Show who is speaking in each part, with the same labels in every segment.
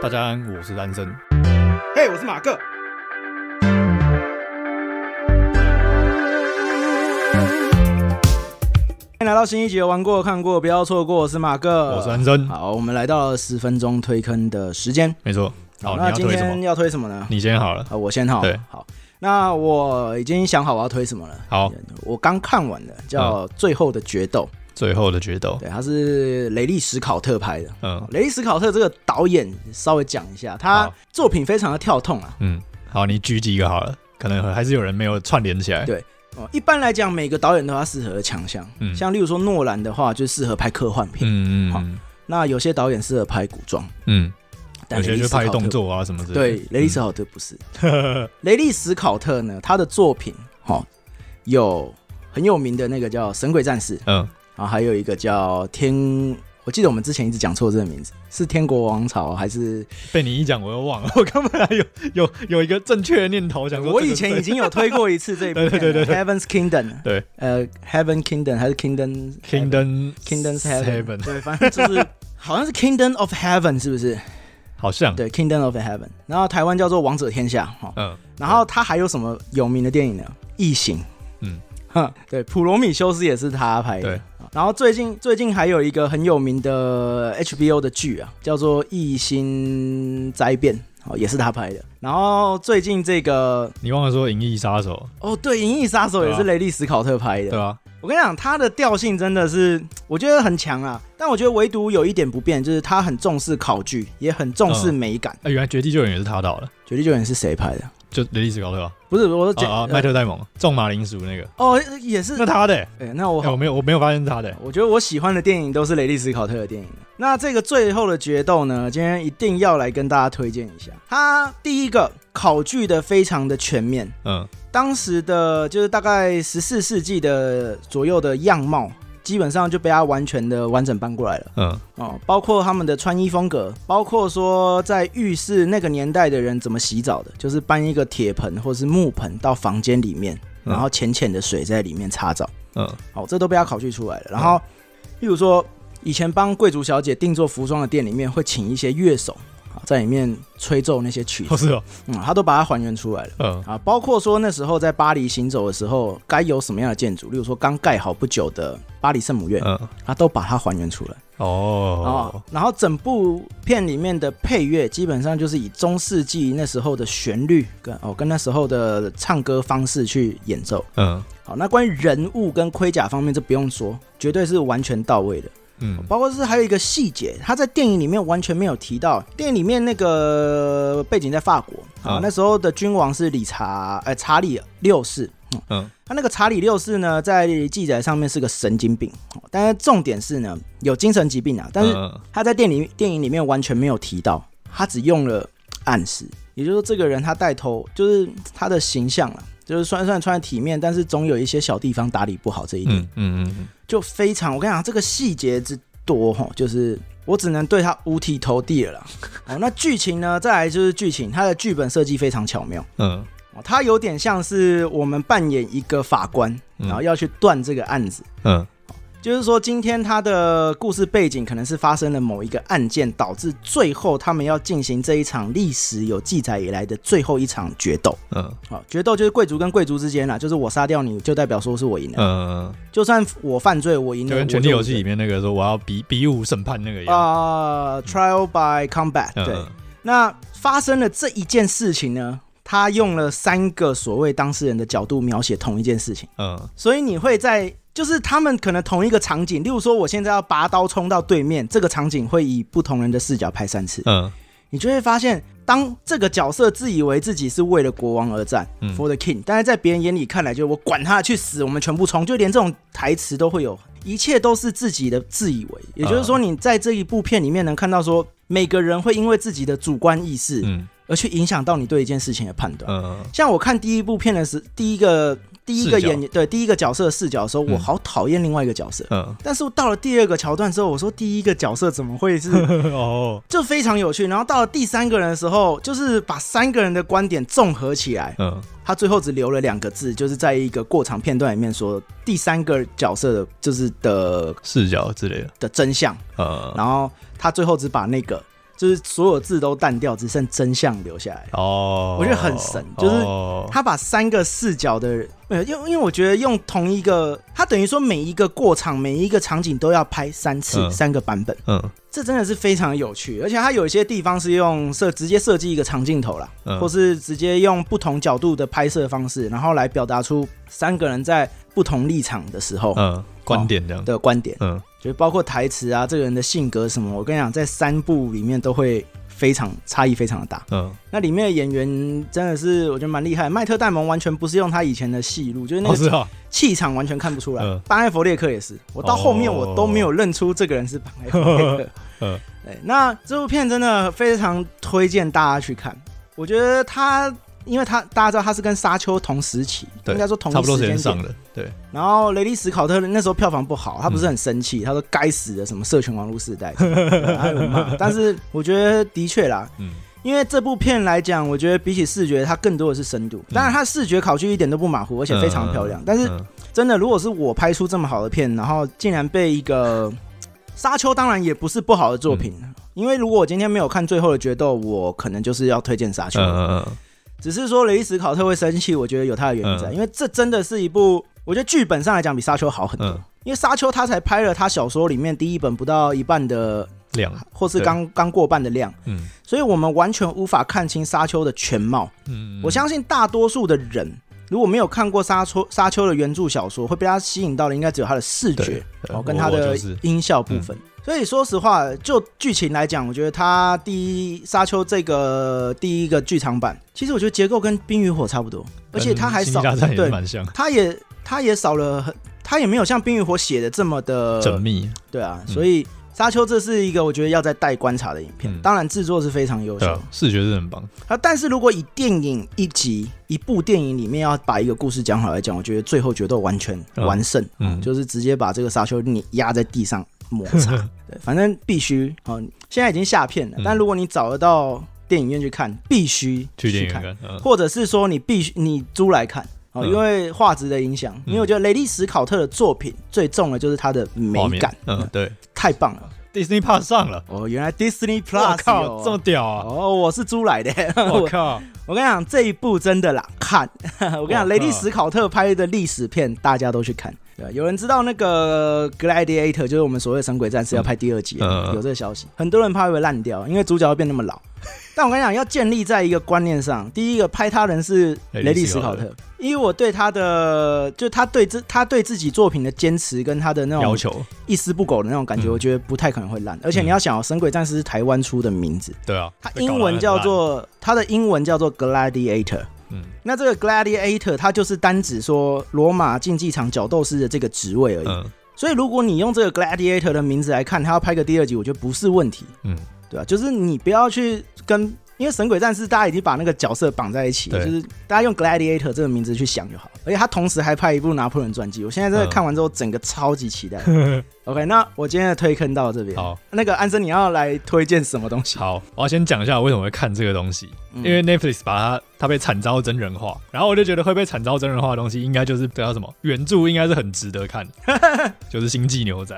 Speaker 1: 大家安，我是安生。
Speaker 2: 嘿、我是马克。欢迎来到新一集的玩过看过，不要错过，我是马克，
Speaker 1: 我是安生
Speaker 2: 呃好，我们来到了十分钟推坑的时间。
Speaker 1: 没错，好，哦你
Speaker 2: 那
Speaker 1: 要
Speaker 2: 今
Speaker 1: 推什
Speaker 2: 天
Speaker 1: 么？
Speaker 2: 要推什么呢？
Speaker 1: 你先好了。
Speaker 2: 啊，我先好了
Speaker 1: 对
Speaker 2: 好，那我已经想好我要推什么了。
Speaker 1: 好，
Speaker 2: 我刚看完的
Speaker 1: 嗯
Speaker 2: 叫《最后的决斗》，
Speaker 1: 最后的决斗。
Speaker 2: 对，它是雷利·史考特拍的。
Speaker 1: 嗯
Speaker 2: 雷利·史考特这个导演稍微讲一下，他
Speaker 1: 好
Speaker 2: 作品非常的跳痛啊。
Speaker 1: 嗯，好，你举几个好了，可能还是有人没有串联起来。
Speaker 2: 对哦，一般来讲，每个导演都有他适合的强项，
Speaker 1: 嗯
Speaker 2: 像例如说诺兰的话，就适合拍科幻片；
Speaker 1: 嗯
Speaker 2: 好
Speaker 1: 嗯
Speaker 2: 那有些导演适合拍古装，
Speaker 1: 嗯，
Speaker 2: 但
Speaker 1: 有
Speaker 2: 雷
Speaker 1: 些
Speaker 2: 利
Speaker 1: 就
Speaker 2: 斯考
Speaker 1: 拍
Speaker 2: 特
Speaker 1: 动。作啊什么之类的。
Speaker 2: 对，雷利斯考特不是。雷利斯考特呢，他的作品哈、哦、有很有名的那个叫《神鬼战士》，
Speaker 1: 嗯，
Speaker 2: 然后还有一个叫《天》，我记得我们之前一直讲错这个名字，是《天国王朝》还是？
Speaker 1: 被你一讲我又忘了，我 刚本来有有有一个正确的念头，想说
Speaker 2: 我
Speaker 1: 这个
Speaker 2: 以前
Speaker 1: 对
Speaker 2: 已经有推过一次这一部片了，
Speaker 1: 对对对对
Speaker 2: Heaven's Kingdom》
Speaker 1: 对
Speaker 2: 呃，《Heaven Kingdom》还是《Kingdom
Speaker 1: Kingdom
Speaker 2: Kingdom's Heaven，
Speaker 1: Heaven
Speaker 2: 对，反正就是好像是 Kingdom of Heaven，是不是？
Speaker 1: 好像
Speaker 2: 对，Kingdom of Heaven，然后台湾叫做王者天下哈、哦
Speaker 1: 嗯
Speaker 2: 然后他还有什么有名的电影呢？异形，
Speaker 1: 嗯，
Speaker 2: 哼，对，普罗米修斯也是他拍的
Speaker 1: 对。
Speaker 2: 然后最近最近还有一个很有名的 HBO 的剧啊，叫做《异星灾变》，哦，也是他拍的。然后最近这个
Speaker 1: 你忘了说《银翼杀手
Speaker 2: 哦，对，《银翼杀手》也是
Speaker 1: 对啊
Speaker 2: 雷利·史考特拍》的
Speaker 1: 对。吧？
Speaker 2: 我跟你讲，他的调性真的是我觉得很强啊，但我觉得唯独有一点不变，就是他很重视考据，也很重视美感。
Speaker 1: 啊，原来《绝地救援》也是他导的，
Speaker 2: 绝地救援》是谁拍的？
Speaker 1: 就雷利斯考特啊
Speaker 2: 不是，我说绝、
Speaker 1: 啊啊，
Speaker 2: 呃
Speaker 1: 麦特戴蒙种马铃薯那个，
Speaker 2: 哦，也是
Speaker 1: 那。他的欸，
Speaker 2: 哎、那我
Speaker 1: 哎
Speaker 2: 好，
Speaker 1: 我没有我没有发现是他的欸，
Speaker 2: 我觉得我喜欢的电影都是雷利·斯考特的电影。那这个最后的决斗呢，今天一定要来跟大家推荐一下。它第一个考据的非常的全面，
Speaker 1: 嗯
Speaker 2: 当时的就是大概十四世纪的左右的样貌，基本上就被他完全的完整搬过来了。
Speaker 1: 嗯
Speaker 2: 哦，包括他们的穿衣风格，包括说在浴室那个年代的人怎么洗澡的，就是搬一个铁盆或是木盆到房间里面，
Speaker 1: 嗯
Speaker 2: 然后浅浅的水在里面擦澡，
Speaker 1: 嗯
Speaker 2: 哦，这都被他考据出来了。然后，例如说以前帮贵族小姐定做服装的店里面会请一些乐手啊，在里面吹奏那些曲
Speaker 1: 哦
Speaker 2: 子，
Speaker 1: 是哦，
Speaker 2: 嗯，他都把它还原出来了。
Speaker 1: 嗯
Speaker 2: 啊，包括说那时候在巴黎行走的时候，该有什么样的建筑，例如说刚盖好不久的巴黎圣母院，
Speaker 1: 嗯
Speaker 2: 他都把它还原出来。哦
Speaker 1: 哦，，
Speaker 2: 然后整部片里面的配乐基本上就是以中世纪那时候的旋律跟哦跟那时候的唱歌方式去演奏。
Speaker 1: 嗯
Speaker 2: 好，那关于人物跟盔甲方面，这不用说，绝对是完全到位的。
Speaker 1: 嗯
Speaker 2: 包括是还有一个细节，他在电影里面完全没有提到。电影里面那个背景在法国啊，
Speaker 1: 嗯
Speaker 2: 那时候的君王是理查，呃，查理六世。嗯
Speaker 1: 嗯
Speaker 2: 他那个查理六世呢，在记载上面是个神经病，哦但是重点是呢，有精神疾病啊，但是
Speaker 1: 嗯
Speaker 2: 他在电影电影里面完全没有提到，他只用了暗示，也就是说，这个人他带头就是他的形象了，就是虽然虽然穿得体面，但是总有一些小地方打理不好这一点，
Speaker 1: 嗯嗯嗯
Speaker 2: 就非常我跟你讲，这个细节之多哈，就是我只能对他五体投地了 啦。哦，那剧情呢？再来就是剧情，它的剧本设计非常巧妙。
Speaker 1: 嗯
Speaker 2: 哦，它有点像是我们扮演一个法官，
Speaker 1: 嗯
Speaker 2: 然后要去断这个案子，
Speaker 1: 嗯
Speaker 2: 就是说，今天他的故事背景可能是发生了某一个案件，导致最后他们要进行这一场历史有记载以来的最后一场决斗。
Speaker 1: 嗯
Speaker 2: 好、决斗就是贵族跟贵族之间啦，啊就是我杀掉你，就代表说是我赢了。
Speaker 1: 嗯，
Speaker 2: 就算我犯罪，我赢
Speaker 1: 就
Speaker 2: 了，
Speaker 1: 跟《
Speaker 2: 我
Speaker 1: 权力
Speaker 2: 就
Speaker 1: 游戏》里面那个说我要比比武审判那个一样，
Speaker 2: 啊、t r i a l by combat、
Speaker 1: 嗯
Speaker 2: 对，那发生了这一件事情呢，他用了三个所谓当事人的角度描写同一件事情。
Speaker 1: 嗯
Speaker 2: 所以你会在就是他们可能同一个场景，例如说我现在要拔刀冲到对面，这个场景会以不同人的视角拍三次，
Speaker 1: 嗯
Speaker 2: 你就会发现，当这个角色自以为自己是为了国王而战、
Speaker 1: 嗯
Speaker 2: f o r the king，但是在别人眼里看来，就是我管他去死，我们全部冲，就连这种台词都会有，一切都是自己的自以为，也就是
Speaker 1: 嗯
Speaker 2: 说，你在这一部片里面能看到说。每个人会因为自己的主观意识
Speaker 1: 嗯
Speaker 2: 而去影响到你对一件事情的判断。
Speaker 1: 嗯
Speaker 2: 像我看第一部片的时，第一个第一个
Speaker 1: 视角
Speaker 2: 演员对第一个角色的视角的时候，
Speaker 1: 嗯
Speaker 2: 我好讨厌另外一个角色。
Speaker 1: 嗯
Speaker 2: 但是我到了第二个桥段之后，我说第一个角色怎么 会是
Speaker 1: 哦
Speaker 2: 就非常有趣。然后到了第三个人的时候，就是把三个人的观点综合起来，
Speaker 1: 嗯
Speaker 2: 他最后只留了两个字，就是在一个过场片段里面说第三个角色的就是的
Speaker 1: 视角之类的，
Speaker 2: 的真相。
Speaker 1: 呃
Speaker 2: 然后他最后只把那个就是所有字都淡掉，只剩真相留下来。
Speaker 1: 哦，
Speaker 2: 我觉得很神就是
Speaker 1: 哦
Speaker 2: 他把三个视角的，没有，因为因为我觉得用同一个，他等于说每一个过场、每一个场景都要拍三次、
Speaker 1: 嗯
Speaker 2: 三个版本，
Speaker 1: 嗯
Speaker 2: 这真的是非常有趣。而且它有一些地方是用设直接设计一个长镜头啦，
Speaker 1: 嗯
Speaker 2: 或是直接用不同角度的拍摄方式，然后来表达出三个人在不同立场的时候
Speaker 1: 嗯，观点这样，
Speaker 2: 的观点，
Speaker 1: 嗯
Speaker 2: 就是包括台词啊、这个人的性格什么。我跟你讲，在三部里面都会非常差异非常的大。
Speaker 1: 嗯，
Speaker 2: 那里面的演员真的是我觉得蛮厉害，麦特戴蒙完全不是用他以前的戏路，就是那
Speaker 1: 哦是
Speaker 2: 个
Speaker 1: 啊，
Speaker 2: 气场完全看不出来。
Speaker 1: 嗯
Speaker 2: 班艾弗列克也是，我到后面我都没有认出这个人是班艾弗列克。
Speaker 1: 嗯
Speaker 2: 对，那这部片真的非常推荐大家去看，我觉得他。因为他大家知道他是跟《沙丘》同时期，
Speaker 1: 对
Speaker 2: 应该说同
Speaker 1: 差
Speaker 2: 一
Speaker 1: 不多
Speaker 2: 时
Speaker 1: 时
Speaker 2: 间
Speaker 1: 间
Speaker 2: 点
Speaker 1: 上。的，对，
Speaker 2: 然后雷利·史考特那时候票房不好，他不是很生气，他说：“该死的，什么社群网络时代。对啊”他有骂但是我觉得的确啦，
Speaker 1: 嗯
Speaker 2: 因为这部片来讲，我觉得比起视觉，它更多的是深度。当然，它视觉考据一点都不马虎，而且非常漂亮。但是
Speaker 1: 嗯
Speaker 2: 真的，如果是我拍出这么好的片，然后竟然被一个《沙丘》，当然也不是不好的作品。
Speaker 1: 嗯
Speaker 2: 因为如果我今天没有看最后的决斗，我可能就是要推荐《沙丘》
Speaker 1: 嗯嗯
Speaker 2: 只是说雷伊斯考特会生气，我觉得有他的原因在，
Speaker 1: 嗯
Speaker 2: 因为这真的是一部，我觉得剧本上来讲比《沙丘》好很多。
Speaker 1: 嗯，
Speaker 2: 因为《沙丘》他才拍了他小说里面第一本不到一半的，
Speaker 1: 两，
Speaker 2: 或是
Speaker 1: 对
Speaker 2: 刚刚过半的量，
Speaker 1: 嗯
Speaker 2: 所以我们完全无法看清《沙丘》的全貌。
Speaker 1: 嗯，
Speaker 2: 我相信大多数的人如果没有看过《沙丘》《沙丘》的原著小说，会被它吸引到的，应该只有它的视觉
Speaker 1: 对，呃
Speaker 2: 哦，跟它
Speaker 1: 我我
Speaker 2: 的
Speaker 1: 就是嗯
Speaker 2: 音效部分。所以说实话，就剧情来讲，我觉得它第一《沙丘》这个第一个剧场版，其实我觉得结构跟《冰与火》差不多，而且它还
Speaker 1: 跟
Speaker 2: 少
Speaker 1: 星际嗯大战也是
Speaker 2: 对，
Speaker 1: 蛮像，
Speaker 2: 它也它也少了很，它也没有像《冰与火》写的这么的
Speaker 1: 缜密，
Speaker 2: 对啊，
Speaker 1: 嗯
Speaker 2: 所以。沙丘这是一个我觉得要再待观察的影片，
Speaker 1: 嗯
Speaker 2: 当然制作是非常优秀
Speaker 1: 对
Speaker 2: 的
Speaker 1: 啊，，视觉是很棒，
Speaker 2: 啊，但是如果以电影一集一部电影里面要把一个故事讲好来讲，我觉得最后决斗完全
Speaker 1: 嗯
Speaker 2: 完胜，哦
Speaker 1: 嗯
Speaker 2: 就是直接把这个沙丘你压在地上摩 擦，对，反正必须哦。现在已经下片了，
Speaker 1: 嗯
Speaker 2: 但如果你找得到电影院去看，必须
Speaker 1: 去电影
Speaker 2: 看，
Speaker 1: 院看，嗯
Speaker 2: 或者是说你必须你租来看。哦，
Speaker 1: 嗯
Speaker 2: 因为画质的影响，因为我觉得雷利·史考特的作品最重的就是它的美
Speaker 1: 画面
Speaker 2: 感，
Speaker 1: 嗯，对
Speaker 2: 太棒了！
Speaker 1: ，Disney Plus 上了，
Speaker 2: 哦，原来 Disney
Speaker 1: 我
Speaker 2: Plus 有哦
Speaker 1: 靠，
Speaker 2: 啊
Speaker 1: 这么屌啊！
Speaker 2: 哦，我是租来的，
Speaker 1: 我靠，
Speaker 2: 我跟你讲，这一部真的啦，看！ 我跟你
Speaker 1: 靠
Speaker 2: 讲，雷利·史考特拍的历史片，大家都去看。对吧，有人知道那个《Gladiator》就是我们所谓的《神鬼战士》要拍第二集了，
Speaker 1: 嗯嗯
Speaker 2: 有这个消息，很多人怕会烂掉，因为主角会变那么 老。但我跟你讲，要建立在一个观念上，第一个拍他人是雷
Speaker 1: 雷
Speaker 2: 利
Speaker 1: 利
Speaker 2: ·史
Speaker 1: 史
Speaker 2: 考
Speaker 1: 考
Speaker 2: 特
Speaker 1: 特，
Speaker 2: 因为我对他的，就他对自他对自己作品的坚持跟他的那
Speaker 1: 要
Speaker 2: 种
Speaker 1: 求，
Speaker 2: 一丝不苟的那种感觉，
Speaker 1: 嗯
Speaker 2: 我觉得不太可能会烂。而且你要想，哦，《神鬼战士》是台湾出的名字，
Speaker 1: 对啊，
Speaker 2: 它
Speaker 1: 被搞
Speaker 2: 英
Speaker 1: 得
Speaker 2: 文
Speaker 1: 很
Speaker 2: 叫
Speaker 1: 烂，
Speaker 2: 做它的英文叫做 Gladiator。
Speaker 1: 嗯
Speaker 2: 那这个 gladiator 它就是单指说罗马竞技场角斗士的这个职位而已。
Speaker 1: 嗯
Speaker 2: 所以如果你用这个 gladiator 的名字来看，他要拍个第二集，我觉得不是问题，
Speaker 1: 嗯，
Speaker 2: 对吧、啊就是你不要去跟，因为神鬼战士大家已经把那个角色绑在一起，就
Speaker 1: 对
Speaker 2: 是大家用 gladiator 这个名字去想就好。而且他同时还拍一部拿破仑传记，我现在真的
Speaker 1: 嗯
Speaker 2: 看完之后，整个超级 期待。OK，那我今天的推坑到这边。
Speaker 1: 好
Speaker 2: 那个安生，你要来推荐什么东西？
Speaker 1: 好，我要先讲一下为什么会看这个东西，
Speaker 2: 嗯
Speaker 1: 因为 Netflix 把它它被惨遭真人化，然后我就觉得会被惨遭真人化的东西，应该就是叫什么原著应该是很值得看， 就是《星际牛仔》。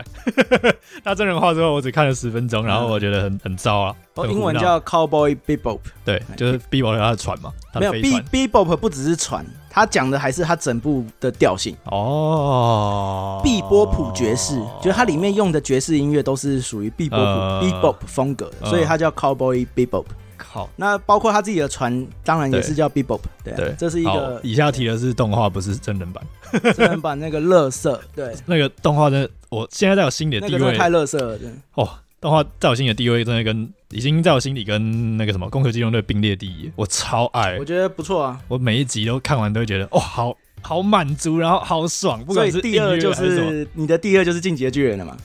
Speaker 1: 它真人化之后，我只看了十分钟，然后我觉得很很糟啊。
Speaker 2: 嗯哦，
Speaker 1: 很
Speaker 2: 英文
Speaker 1: 胡闹
Speaker 2: 叫 Cowboy Bebop。
Speaker 1: 对，就是 B 宝他的船嘛，他
Speaker 2: 没
Speaker 1: 的飞
Speaker 2: 有 B
Speaker 1: 船。
Speaker 2: B Bop 不只是船，他讲的还是他整部的调性。
Speaker 1: 哦，
Speaker 2: 碧波普爵士，就是它里面用的爵士音乐都是属于碧波普
Speaker 1: 呃
Speaker 2: B Bop 风格的，所以它叫 Cowboy B Bop。
Speaker 1: 靠。
Speaker 2: 那包括他自己的船，当然也是叫 B Bop。对啊
Speaker 1: 对，
Speaker 2: 这是一
Speaker 1: 好
Speaker 2: 个
Speaker 1: 以下提的是动画，不是真人版。
Speaker 2: 真人版那个乐色， 对，
Speaker 1: 那个动画真的，我现在在我心里的
Speaker 2: 那个
Speaker 1: 地
Speaker 2: 真的
Speaker 1: 位
Speaker 2: 太乐色了。对
Speaker 1: 哦，动画在我心里的地位真的跟已经在我心里跟那个什么《攻壳机动队》并列第一，我超爱
Speaker 2: 我，觉得不错啊。
Speaker 1: 我每一集都看完都会觉得哦，好好满足，然后好爽，不
Speaker 2: 所
Speaker 1: 管
Speaker 2: 以
Speaker 1: 是
Speaker 2: 第二
Speaker 1: 音乐
Speaker 2: 就
Speaker 1: 还是什么，
Speaker 2: 是你的第二就是进击的巨人了嘛？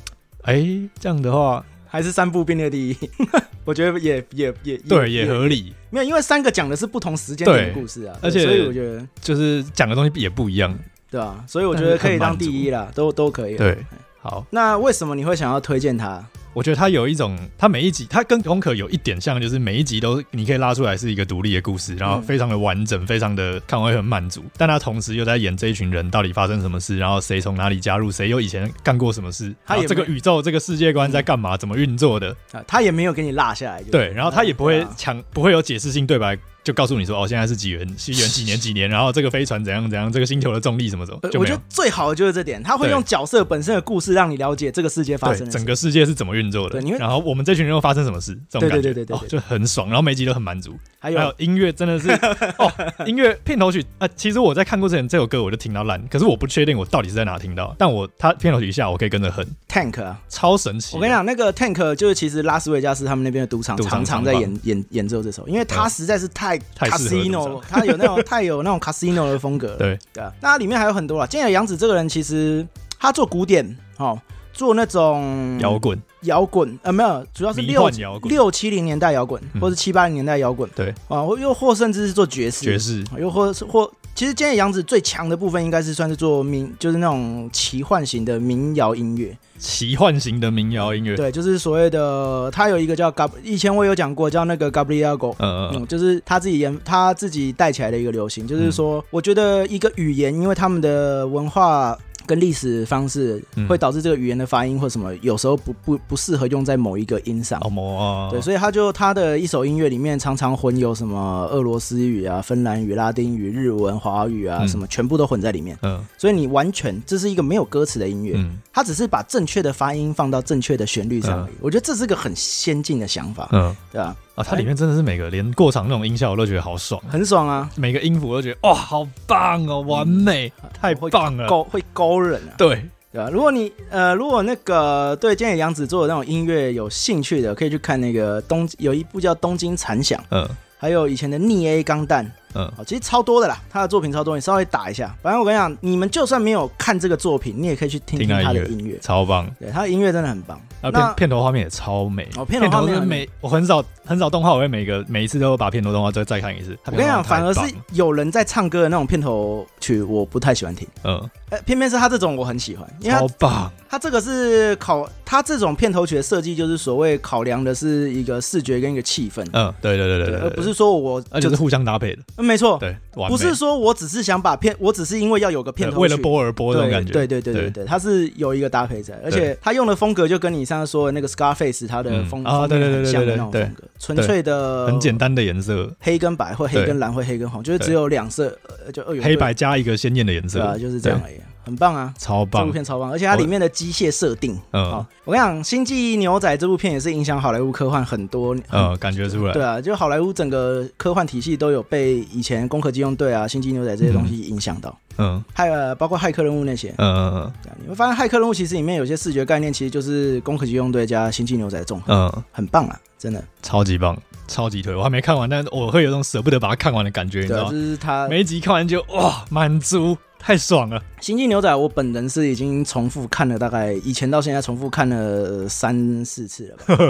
Speaker 1: 哎、这样的话，
Speaker 2: 还是三部并列第一？ 我觉得也也也
Speaker 1: 对，也合理，
Speaker 2: 没有，因为三个讲的是不同时间点的
Speaker 1: 对
Speaker 2: 故事啊，
Speaker 1: 而
Speaker 2: 对
Speaker 1: 且
Speaker 2: 所以我觉得
Speaker 1: 就是讲的东西也不一样，
Speaker 2: 对啊，所以我觉得可以当第一啦，都都可以。，
Speaker 1: 对，好，
Speaker 2: 那为什么你会想要推荐它？
Speaker 1: 我觉得它有一种，它每一集它跟《空壳》有一点像，就是每一集都你可以拉出来是一个独立的故事，然后非常的完整，非常的看完会很满足。但它同时又在演这一群人到底发生什么事，然后谁从哪里加入，谁又以前干过什么事，
Speaker 2: 它
Speaker 1: 然
Speaker 2: 也
Speaker 1: 后这个
Speaker 2: 没
Speaker 1: 宇宙这个世界观在干嘛，怎么运作的，
Speaker 2: 啊，他也没有给你落下来就，
Speaker 1: 对，然后他也不
Speaker 2: 对
Speaker 1: 会
Speaker 2: 啊
Speaker 1: 强，不会有解释性对白，就告诉你说哦，现在是几元，西元几年几年，然后这个飞船怎样怎样，这个星球的重力什么什么
Speaker 2: 呃，
Speaker 1: 就
Speaker 2: 我
Speaker 1: 没
Speaker 2: 觉
Speaker 1: 有
Speaker 2: 得。最好的就是这点，他会
Speaker 1: 对
Speaker 2: 用角色本身的故事让你了解这个世界发
Speaker 1: 对
Speaker 2: 生，的
Speaker 1: 整
Speaker 2: 事。
Speaker 1: 个世界是怎么运作的
Speaker 2: 对因为？
Speaker 1: 然后我们这群人又发生什么事？这种
Speaker 2: 对
Speaker 1: 感觉，
Speaker 2: 对对对对
Speaker 1: 哦
Speaker 2: 对
Speaker 1: 就很爽。然后每集都很满足。
Speaker 2: 还
Speaker 1: 还
Speaker 2: 有
Speaker 1: 有音乐真 的是哦，音乐片头曲啊、其实我在看过之前这首歌我就听到烂，可是我不确定我到底是在哪听到，但我它片头曲一下我可以跟着哼，
Speaker 2: Tank 啊，
Speaker 1: 超神奇。
Speaker 2: 我跟你，讲，那个 Tank 就是其实拉斯维加斯他们那边的赌场
Speaker 1: 赌场
Speaker 2: 常常在
Speaker 1: 常放
Speaker 2: 演演演奏这首，因为它实在是太
Speaker 1: 太适合赌
Speaker 2: casino，了它有那 种太有那种 casino 的风格了。
Speaker 1: 对
Speaker 2: 对啊，那它里面还有很多啦。建野洋子这个人其实他做古典哦，做那种
Speaker 1: 摇滚，
Speaker 2: 摇滚，呃，没有，主要是
Speaker 1: 迷
Speaker 2: 六
Speaker 1: 幻摇滚，
Speaker 2: 六七零年代摇滚，
Speaker 1: 嗯
Speaker 2: 或是七八零年代摇滚，
Speaker 1: 对
Speaker 2: 啊，或又或甚至是做爵士，哦
Speaker 1: 爵士，
Speaker 2: 又或是或，其实今野洋子最强的部分应该是算是做民，就是那种奇幻型的民谣音乐。
Speaker 1: 奇幻型的民谣音乐。
Speaker 2: 对，就是所谓的，他有一个叫 Gab，以前我有讲过叫那个 Gabriel Go。
Speaker 1: 嗯嗯
Speaker 2: 嗯，就是他自己研他自己带起来的一个流行，就是说，我觉得一个语言，因为他们的文化跟历史方式，
Speaker 1: 嗯
Speaker 2: 会导致这个语言的发音或什么，有时候不不不适合用在某一个音上。
Speaker 1: 哦魔啊，
Speaker 2: 对，所以他就他的一首音乐里面常常混有什么俄罗斯语啊、芬兰语、拉丁语、日文、华语啊，
Speaker 1: 嗯
Speaker 2: 什么全部都混在里面。
Speaker 1: 嗯
Speaker 2: 所以你完全这是一个没有歌词的音乐，
Speaker 1: 嗯
Speaker 2: 他只是把正确的发音放到正确的旋律上而已。我觉得这是个很先进的想法，
Speaker 1: 嗯
Speaker 2: 对吧、
Speaker 1: 啊，它里面真的是每个连过场那种音效我都觉得好爽，
Speaker 2: 很爽啊，
Speaker 1: 每个音符我都觉得哇、好棒哦，完美，
Speaker 2: 嗯
Speaker 1: 太棒了，
Speaker 2: 勾会勾人啊，
Speaker 1: 对，
Speaker 2: 对吧、如果你呃，如果那个对菅野洋子做的那种音乐有兴趣的，可以去看那个东有一部叫《东京残响》，
Speaker 1: 嗯
Speaker 2: 还有以前的逆 A 钢弹，
Speaker 1: 嗯
Speaker 2: 哦，其实超多的啦，他的作品超多，你稍微打一下。反正我跟你讲，你们就算没有看这个作品，你也可以去听听
Speaker 1: 听他
Speaker 2: 他的
Speaker 1: 音
Speaker 2: 音乐。
Speaker 1: 超棒。
Speaker 2: 对，他的音乐真的很棒。
Speaker 1: 啊，
Speaker 2: 那
Speaker 1: 片片头画面也超美
Speaker 2: 哦片头画面
Speaker 1: 是
Speaker 2: 很美
Speaker 1: 每我很少很少动画，我会每个每一次都把片头动画再再看一次。
Speaker 2: 我
Speaker 1: 我
Speaker 2: 跟你讲，反而是有人在唱歌的那种片头曲，我不太喜欢听。
Speaker 1: 嗯，
Speaker 2: 呃，偏偏是他这种我很喜欢，因为
Speaker 1: 超
Speaker 2: 他
Speaker 1: 棒，
Speaker 2: 他这个是考他这种片头曲的设计，就是所谓考量的是一个视觉跟一个气氛，
Speaker 1: 嗯，对对对对对，
Speaker 2: 而
Speaker 1: 对
Speaker 2: 不是说我
Speaker 1: 而
Speaker 2: 就
Speaker 1: 且是互相搭配的，
Speaker 2: 嗯没错，
Speaker 1: 对，完美
Speaker 2: 不是说我只是想把片，我只是因为要有个片
Speaker 1: 对
Speaker 2: 头曲
Speaker 1: 为了播而播那种
Speaker 2: 对
Speaker 1: 感觉，
Speaker 2: 对对对对
Speaker 1: 对
Speaker 2: 对，它是有一个搭配在，而且他用的风格就跟你上次说的那个 Scarface 他的
Speaker 1: 嗯
Speaker 2: 风
Speaker 1: 啊
Speaker 2: 风格
Speaker 1: 对对对
Speaker 2: 很像的
Speaker 1: 对对
Speaker 2: 那种
Speaker 1: 对
Speaker 2: 风格，纯粹的
Speaker 1: 很简，单的颜色，
Speaker 2: 黑跟白或黑
Speaker 1: 对
Speaker 2: 跟蓝或黑跟红，就是只有两色，呃就二元
Speaker 1: 黑白加一个鲜艳的颜
Speaker 2: 对啊，
Speaker 1: 色，
Speaker 2: 就是这样而已，很棒啊。
Speaker 1: 超
Speaker 2: 这部
Speaker 1: 棒，
Speaker 2: 片超棒，而且它里面的机械设定，
Speaker 1: 嗯
Speaker 2: 哦，我跟你讲，《星际牛仔》这部片也是影响好莱坞科幻很多，
Speaker 1: 嗯，感觉出来，
Speaker 2: 对啊，就好莱坞整个科幻体系都有被以前《攻壳机动队》啊、《星际牛仔》这些东西影响到，
Speaker 1: 嗯
Speaker 2: 还有呃包括骇客任务那些，
Speaker 1: 嗯嗯
Speaker 2: 对啊你会发现《骇客任务》其实里面有些视觉概念，其实就是《攻壳机动队》加《星际牛仔》的综合，
Speaker 1: 嗯嗯，
Speaker 2: 很棒啊，真的。
Speaker 1: 超级棒，超级推，我还没看完，但我会有种舍不得把它看完的感觉，你知
Speaker 2: 对啊，
Speaker 1: 道
Speaker 2: 就
Speaker 1: 吗？
Speaker 2: 是他《
Speaker 1: 每一集看完就哇满足，太爽了，
Speaker 2: 星际牛仔》，我本人是已经重复看了大概以前到现在重复看了三四次了吧，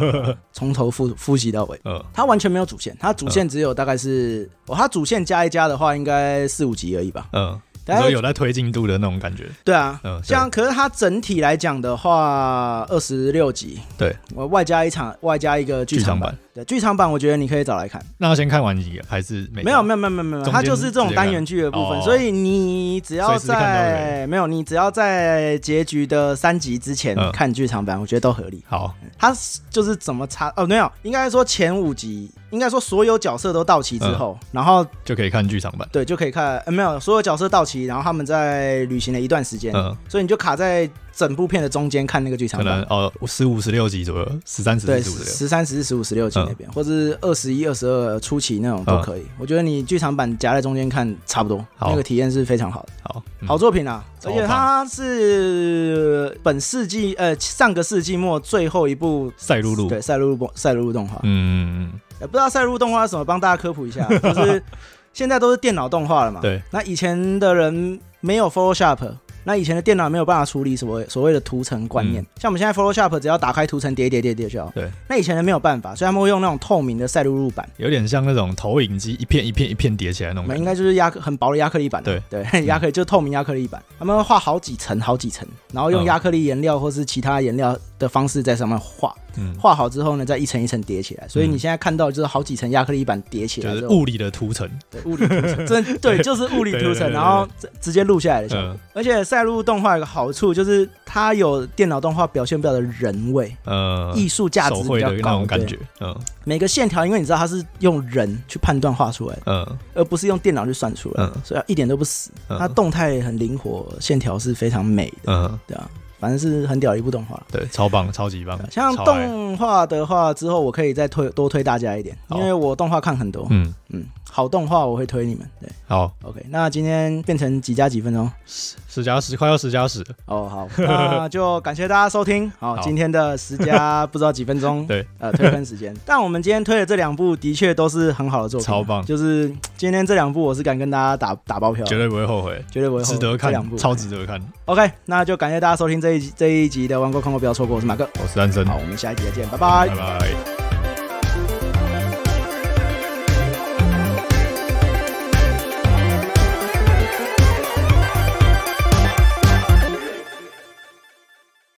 Speaker 2: 从头复复习到尾。
Speaker 1: 嗯
Speaker 2: 它完全没有主线，它主线只有大概是，哦，它主线加一加的话，应该四五集而已吧。
Speaker 1: 嗯。你
Speaker 2: 大
Speaker 1: 说
Speaker 2: 概
Speaker 1: 有在推进度的那种感觉，
Speaker 2: 对啊，
Speaker 1: 嗯，对
Speaker 2: 像可是它整体来讲的话，二十六集，
Speaker 1: 对，
Speaker 2: 我外加一场，外加一个剧
Speaker 1: 剧
Speaker 2: 场
Speaker 1: 场
Speaker 2: 版
Speaker 1: 版。，
Speaker 2: 对，剧场版我觉得你可以找来看。
Speaker 1: 那要先看完一个还是没
Speaker 2: 没有没有没有没有没有，
Speaker 1: 中间
Speaker 2: 它就是这种单元剧的部分，
Speaker 1: 哦
Speaker 2: 所以你只要
Speaker 1: 随时看到
Speaker 2: 在没有你只要在结局的三集之前
Speaker 1: 嗯
Speaker 2: 看剧场版，我觉得都合理。
Speaker 1: 好，
Speaker 2: 它就是怎么插哦，没有，应该说前五集，应该说所有角色都到齐之后，
Speaker 1: 嗯
Speaker 2: 然后
Speaker 1: 就可以看剧场版。
Speaker 2: 对就可以看，呃，没有所有角色到齐，然后他们在旅行了一段时间，
Speaker 1: 嗯，
Speaker 2: 所以你就卡在整部片的中间看那个剧
Speaker 1: 可
Speaker 2: 场
Speaker 1: 能
Speaker 2: 版。
Speaker 1: 哦，十五、十六集左右，十三、十
Speaker 2: 对，
Speaker 1: 四、十五、嗯十
Speaker 2: 十三、十四、十五、十六集那边，或者是二十一、二十二初期那种都可以。我觉得你剧场版夹在中间看差不多，
Speaker 1: 嗯好
Speaker 2: 那个体验是非常好的。
Speaker 1: 六。好，嗯
Speaker 2: 好，作品啊，
Speaker 1: 超
Speaker 2: 而
Speaker 1: 棒
Speaker 2: 且它是本世纪呃上个世纪末最后一部
Speaker 1: 赛璐璐。
Speaker 2: 对赛璐璐赛璐璐动画，
Speaker 1: 嗯，
Speaker 2: 呃不知道赛璐璐动画是什么，帮大家科普一下，就是 现在都是电脑动画了嘛，
Speaker 1: 对，
Speaker 2: 那以前的人没有 Photoshop。那以前的电脑没有办法处理所谓所谓的图层观念，像我们现在 Photoshop 只要打开图层叠一叠叠一叠就好。
Speaker 1: 嗯对，
Speaker 2: 那以前人没有办法，所以他们会用那种透明的赛璐璐板，
Speaker 1: 有点像那种投影机一片一片一片叠起来那
Speaker 2: 我
Speaker 1: 种
Speaker 2: 们
Speaker 1: 感
Speaker 2: 应
Speaker 1: 觉。
Speaker 2: 该就是亚克很薄的亚克力板啊，
Speaker 1: 对
Speaker 2: 对， 亚克力就透明亚克力板，他们会画好几层好几层，然后
Speaker 1: 嗯
Speaker 2: 用亚克力颜料或是其他颜料的方式在上面画，
Speaker 1: 嗯，
Speaker 2: 画好之后呢，再一层一层叠起来。所以你现在看到就是好几层亚克力板叠起来
Speaker 1: 就
Speaker 2: 之
Speaker 1: 是
Speaker 2: 后，
Speaker 1: 物理的涂层，
Speaker 2: 对物理涂 层，真对，就是物理
Speaker 1: 对对
Speaker 2: 涂
Speaker 1: 对
Speaker 2: 层，
Speaker 1: 对
Speaker 2: 然后直直接录下来的效果。
Speaker 1: 嗯
Speaker 2: 而且赛璐动画有个好处就是它有电脑动画表现不了的人味，
Speaker 1: 呃，
Speaker 2: 艺术价值
Speaker 1: 手
Speaker 2: 比
Speaker 1: 绘
Speaker 2: 较
Speaker 1: 的那
Speaker 2: 高，
Speaker 1: 种感
Speaker 2: 对
Speaker 1: 觉，嗯
Speaker 2: 每个线条，因为你知道它是用人去判断画出来的，
Speaker 1: 嗯
Speaker 2: 而不是用电脑去算出来的，
Speaker 1: 嗯
Speaker 2: 所以它一点都不死。
Speaker 1: 嗯
Speaker 2: 它动态很灵活，线条是非常美的，
Speaker 1: 嗯，
Speaker 2: 对啊，反正是很屌的一部动画。
Speaker 1: 对，超棒，超级棒，
Speaker 2: 像
Speaker 1: 超爱，
Speaker 2: 动画的话，之后我可以再推多推大家一点，
Speaker 1: 好
Speaker 2: 因为我动画看很多，
Speaker 1: 嗯，
Speaker 2: 嗯，好动画我会推你们。对
Speaker 1: 好，
Speaker 2: ，OK，那今天变成几加几分钟？
Speaker 1: 十加十，快要十加十，
Speaker 2: 哦，好，那就感谢大家收 听。好，
Speaker 1: 好
Speaker 2: 今天的十 加不知道几分钟，
Speaker 1: 对，
Speaker 2: 呃，推坑时 间。但我们今天推的这两部的确都是很好的作品，啊
Speaker 1: 超棒
Speaker 2: 就是嘖今天这两部，我是敢跟大家打打包票的，
Speaker 1: 绝对不会后悔，
Speaker 2: 绝对不会后悔
Speaker 1: 值得
Speaker 2: 这两部
Speaker 1: 看，超值得看，
Speaker 2: OK，那就感谢大家收听这一集这一集的《玩过看过》，不要错过。我是马克，
Speaker 1: 我是安生，
Speaker 2: 好，我们下一集再见，拜拜
Speaker 1: 拜。拜。